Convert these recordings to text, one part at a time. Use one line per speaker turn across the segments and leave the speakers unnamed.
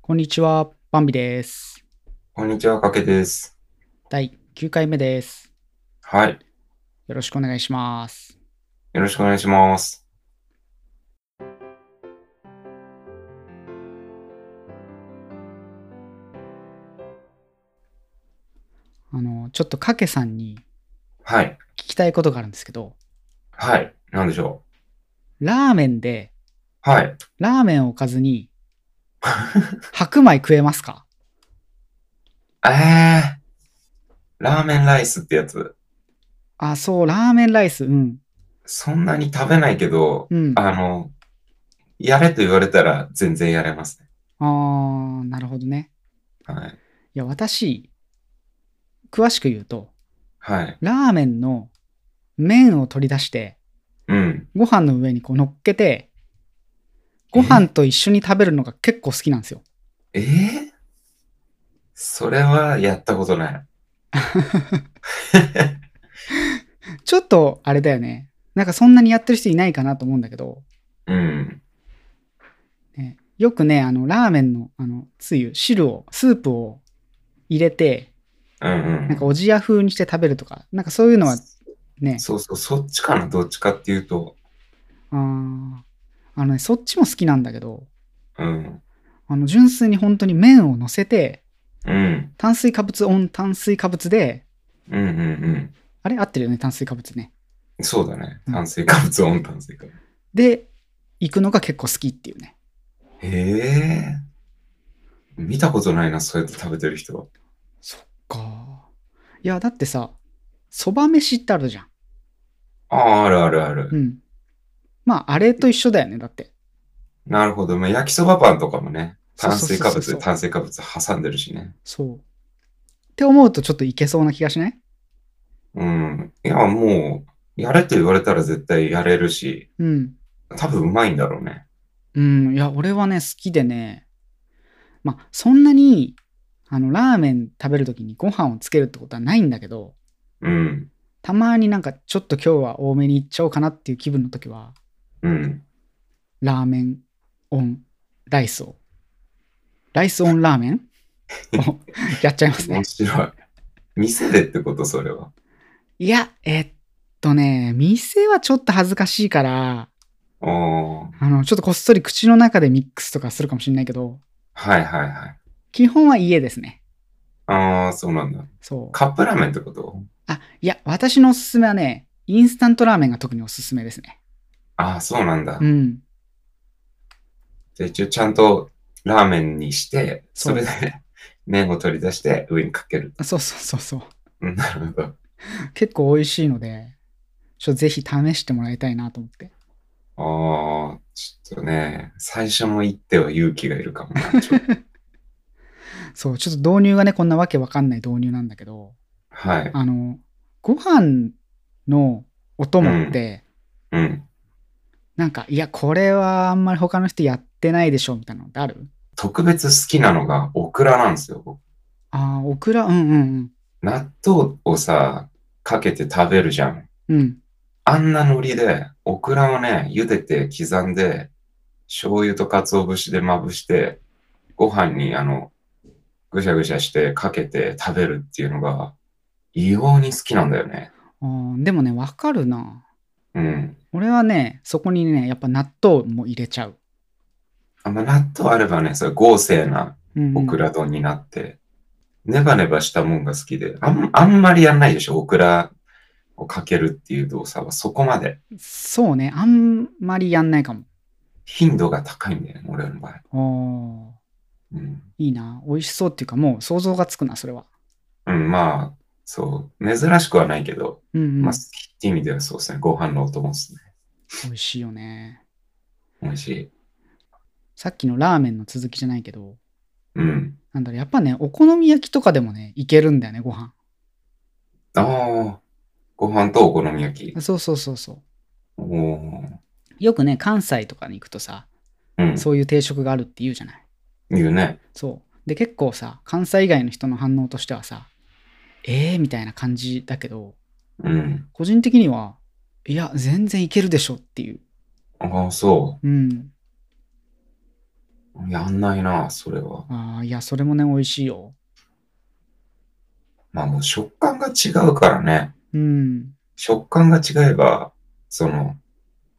こんにちは、バンビです。
こんにちは、かけです。
第9回目です。
はい。
よろしくお願いします。
よろしくお願いします。
あの、ちょっとかけさんに
はい。
聞きたいことがあるんですけど、
はい。なんでしょ
ラーメンで、
う。はい。
ラーメンをおかずに、白米食えますか
えー。ラーメンライスってやつ。
あ、そう、ラーメンライス、うん。
そんなに食べないけど、
うん。あ
あの、やれと言われたら全然やれますね。
あー、なるほどね。
はい。
いや、私、詳しく言うと、
はい。
ラーメンの麺を取り出して、
うん。
ご飯の上にこう乗っけて、ご飯と一緒に食べるのが結構好きなんですよ。
えー、それはやったことない。
ちょっとあれだよね。なんかそんなにやってる人いないかなと思うんだけど、
うん。
ねよくね、あの、ラーメンの、あの、つゆ、汁を、スープを入れて、
う
な
ん
ん
う
かおじや風にして食べるとか、なんかそういうのはね
ん。、そうそう、そっちかな、どっちかっていうと。
あーあのね、そっちも好きなんだけど、
うん。
あの、純粋に本当に麺を乗せて、
うん。
炭水化物オン炭水化物で、
うんうん
あれ合ってるよね、炭水化物ね。
うん。そうだね
う。ん
炭水化物、温炭水化物。
で、行くのが結構好きっていうね。
へえ。見たことないな、そうやって食べてる人。
そっか。いや、だってさ、そば飯ってあるじゃん。
ああ、あるあるある。
うん。まあ、あれと一緒だよね、だって。
なるほど。まあ、焼きそばパンとかもね、炭水化
そうそうそうそう
物、炭水化物挟んでるしね。
そう。って思うとちょっといけそうな気がしない
うん。いや、もう、やれって言われたら絶対やれるし、
うん。
多分うまいんだろうね。
うん。いや、俺はね、好きでね。まあ、そんなに、あの、ラーメン食べるときにご飯をつけるってことはないんだけど、
うん。
たまになんかちょっと今日は多めにいっちゃおうかなっていう気分の時は、
うん。
ラーメンオンライスを。ライスオンラーメンをやっちゃいますね
面。白い。店でってこと、それは。
いや、えっとね、店はちょっと恥ずかしいから、
ああ。
あの、ちょっとこっそり口の中でミックスとかするかもしれないけど、
はいはいはい。
基本は家ですね。
ああ、そうなんだ。
そう。
カップラーメンってこと
あ、いや、私のおすすめはね、インスタントラーメンが特におすすめですね。
ああ、そうなんだ
う。ん。
じゃあ一応ちゃんとラーメンにして、
そう
それで麺を取り出して上にかける。
そうそうそうそう。
うんなるほど。
結構美味しいので、ちょっとぜひ試してもらいたいなと思って。
ああ、ちょっとね、最初の一手は勇気がいるか もな。ちょっと
そう、ちょっと導入がね、こんなわけわかんない導入なんだけど、
はい。
あの、ご飯のお供って、
うん。
なんか、いや、これはあんまり他の人やってないでしょ、みたいなのってある
特別好きなのがオクラなんですよ。僕
ああ、オクラ、うんうん
納豆をさ、かけて食べるじゃん。
うん。うん。
あんな海苔で、オクラをね、茹でて刻んで、醤油と鰹節でまぶして、ご飯にあの、ぐしゃぐしゃしてかけて食べるっていうのが、異様に好きなんだよね。
あーでもね、わかるな。
うん。
俺はね、そこにね、やっぱ納豆も入れちゃう。
あんま納豆あればね、それ豪勢な
うん、
オク。ラ丼になって、ネバネバしたもんが好きで、あんあんまりやんないでしょ、オクラをかけるっていう動作は、そこまで
そうね、あんまりやんないかも。
頻度が高いんだよね、俺の場合。
おー
うん、
いいな。美味しそうっていうか、もう想像がつくな、それは。
うん、まあ、そう、珍しくはないけど、
うん、うん。
まあ、好きって意味ではそうですね、ご飯のお供ですね。
美味しいよね。
美味しい。
さっきのラーメンの続きじゃないけど、
うん。
なんだろう、やっぱね、お好み焼きとかでもね、いけるんだよね、ご飯。
ああ、ご飯とお好み焼き。
そうそうそうそう。
おおー、
よくね、関西とかに行くとさ、
うん、
そういう定食があるって言うじゃない。
言うね。
そう。で、結構さ、関西以外の人の反応としてはさ、えーみたいな感じだけど、
うん。
個人的には、いや、全然いけるでしょっていう。
ああ、そ
うん。
う。やんないな、それは。
ああ、いや、それもね、美味しいよ。
まあもう食感が違うからね。
うん。
食感が違えば、その、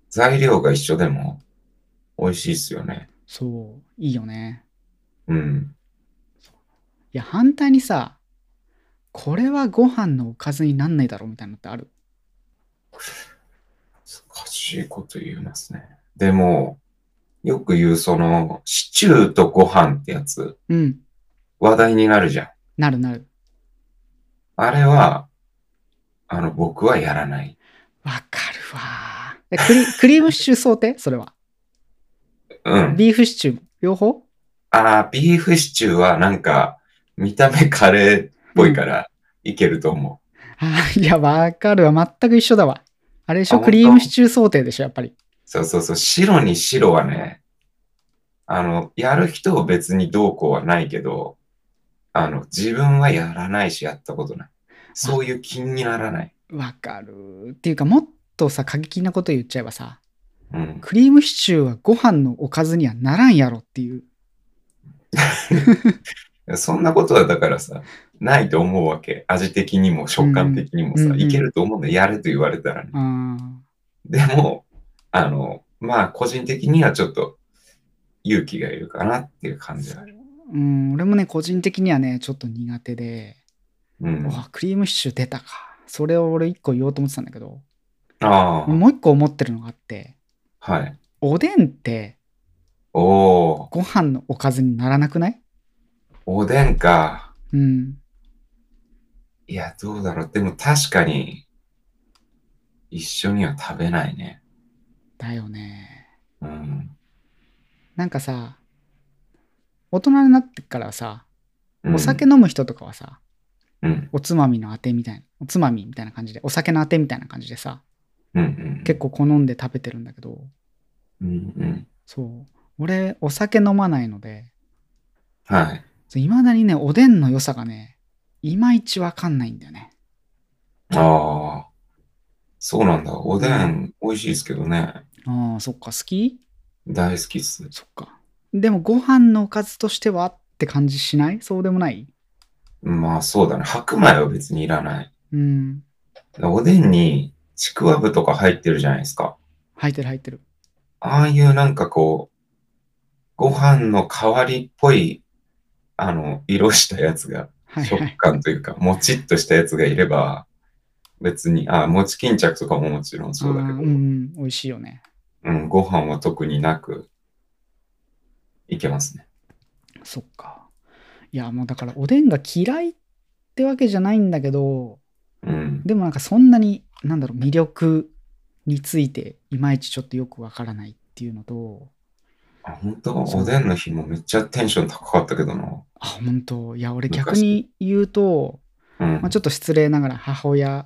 材料が一緒でも美味しいっすよね。
そう、いいよね。
うん。
いや、反対にさ、これはご飯のおかずになんないだろうみたいなのってある。
難しいこと言いますね。でも、よく言うその、シチューとご飯ってやつ、
うん、
話題になるじゃん。
なるなる。
あれは、あの、僕はやらない。
わかるわー。えクリ クリームシチュー想定それは。
うん。
ビーフシチューも両方
ああ、ビーフシチューはなんか、見た目カレーっぽいから、いけると思う。
あーいや、わかるわ。全く一緒だわ。あれでし
あ
ょ
本当
クリームシチュー想定でしょやっぱり。
そうそうそう、白に白はね、あの、やる人を別にどうこうはないけど、あの、自分はやらないし、やったことない。そういう気にならない。
わかる。っていうか、もっとさ、過激なこと言っちゃえばさ、
うん。
クリームシチューはご飯のおかずにはならんやろっていう。
そんなことはだからさ、ないと思うわけ。味的にも食感的にもさ、
うんうん
いけると思うんだよ。やれと言われたらね。
あ
でも、あの、まあ、個人的にはちょっと勇気がいるかなっていう感じはある。
ーうん、俺もね、個人的にはね、ちょっと苦手で、
うん。
う
あ
わクリームシチュー出たか。それを俺一個言おうと思ってたんだけど、
あ、
もう一個思ってるのがあって、
はい。
おでんって
おお、
ご飯のおかずにならなくない
おでんか。
うん。
いや、どうだろう。でも確かに、一緒には食べないね。
だよね。
うん。
なんかさ、大人になってからさ、
うん
お酒飲む人とかはさ、
うん。
おつまみのあてみたいな、おつまみみたいな感じで、お酒のあてみたいな感じでさ、
うん。うん。
結構好んで食べてるんだけど、
うん。うん。
そう。俺、お酒飲まないので、
はい。
いまだにね、おでんの良さがね、いまいちわかんないんだよね。
ああ。そうなんだ。おでん、美味しいですけどね。
ああ、そっか、好き
大好きっす。
そっか。でも、ご飯のおかずとしてはって感じしないそうでもない
まあ、そうだね。白米は別にいらない。
うん。
おでんにちくわぶとか入ってるじゃないですか。
入ってる入ってる。
ああいうなんかこう、ご飯の代わりっぽい、あの、色したやつが、
はいは
食
い。
感というか、もちっとしたやつがいれば、別に、ああ、餅巾着とかももちろんそうだ
あ
けど、
ーうん、美味しいよね。
うん、ご飯は特になく、いけますね。
そっか。いや、もうだからおでんが嫌いってわけじゃないんだけど、
うん。
でもなんかそんなに、なんだろう、魅力についていまいちちょっとよくわからないっていうのと、
あ本当おでんの日もめっちゃテンション高かったけどな。
あ、本当いや、俺
昔
逆に言うと、
うん。
まあ、ちょっと失礼ながら母親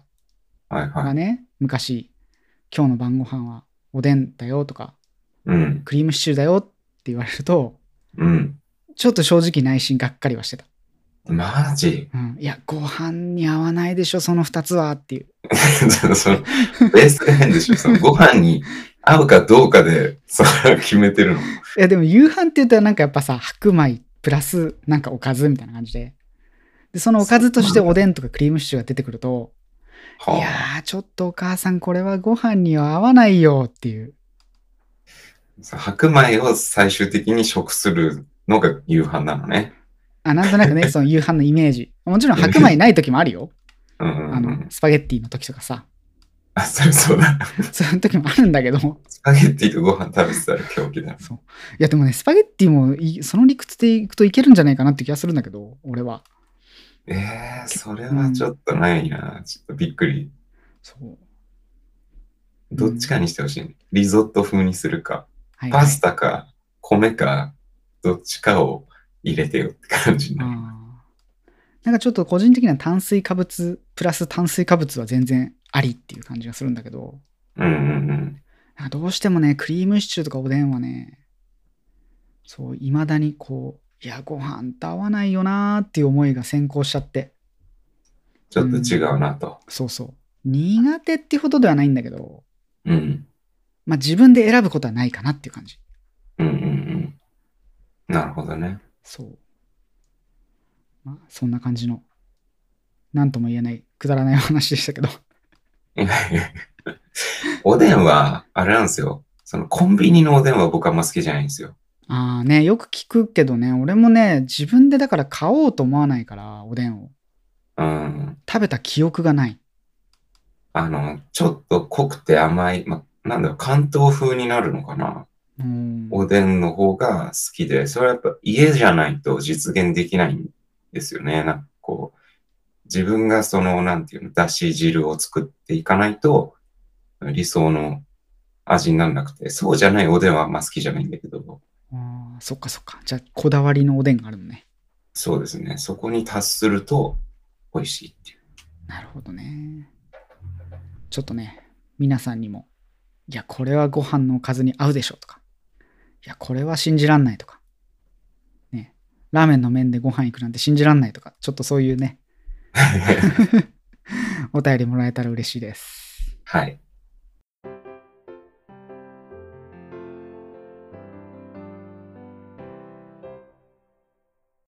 はいは
が
い。
ね、昔、今日の晩ご飯はおでんだよとか、
うん。
クリームシチューだよって言われると、
うん。
ちょっと正直内心がっかりはしてた。
マジ
うん、いや、ご飯に合わないでしょ、その2つはっていう。
そのベースが変でしょ。そのご飯に合うかどうかで、それは決めてるの。
いやでも夕飯って言ったらなんかやっぱさ白米プラスなんかおかずみたいな感じででそのおかずとしておでんとかクリームシチューが出てくるといや
はあ、
ーちょっとお母さんこれはご飯には合わないよっていう
そう白米を最終的に食するのが夕飯なのね。
あなんとなく ねその夕飯のイメージもちろん白米ない時もあるよ
うんうんうん。
あのスパゲッティの時とかさ
あ、それそうだ。
そういう時もあるんだけどい
スパゲッティとご飯食べてたら狂気だ。
やでもねスパゲッティもいその理屈でいくといけるんじゃないかなって気がするんだけど俺は
ええー、それはちょっとないな。ちょっとびっくり。
そう
どっちかにしてほしい。リゾット風にするか、
はい、はい、
パスタか、米か、どっちかを入れてよって感じになる。
あーなんかちょっと個人的には炭水化物プラス炭水化物は全然ありっていう感じがするんだけど
うんうんうん。
なんかどうしてもねクリームシチューとかおでんはねそういまだにこういやご飯と合わないよなーっていう思いが先行しちゃって
ちょっと違うなと。
そうそう苦手ってほどではないんだけど
うん。
まあ自分で選ぶことはないかなっていう感じ
うんうんうん。なるほどね。
そう。まあ、そんな感じの、なんとも言えない、くだらないお話でしたけど。
いやいやおでんは、あれなんですよ。そのコンビニのおでんは僕あんま好きじゃないんですよ。
ああね、よく聞くけどね、俺もね、自分でだから買おうと思わないから、おでんを。
うん。
食べた記憶がない。
あの、ちょっと濃くて甘い、ま、なんだろう、関東風になるのかな。
うん。
おでんの方が好きで、それはやっぱ家じゃないと実現できないんですよね。なんかこう、自分がその、なんていうの、だし汁を作っていかないと、理想の味にならなくて、そうじゃないおでんはあんま好きじゃないんだけど、
あーそっかそっか。じゃあ、こだわりのおでんがあるのね。
そうですね。そこに達すると美味しいっていう。
なるほどね。ちょっとね、皆さんにも、いや、これはご飯のおかずに合うでしょとか、いや、これは信じらんないとか、ね、ラーメンの麺でご飯行くなんて信じらんないとか、ちょっとそういうね、お便りもらえたら嬉しいです。
はい。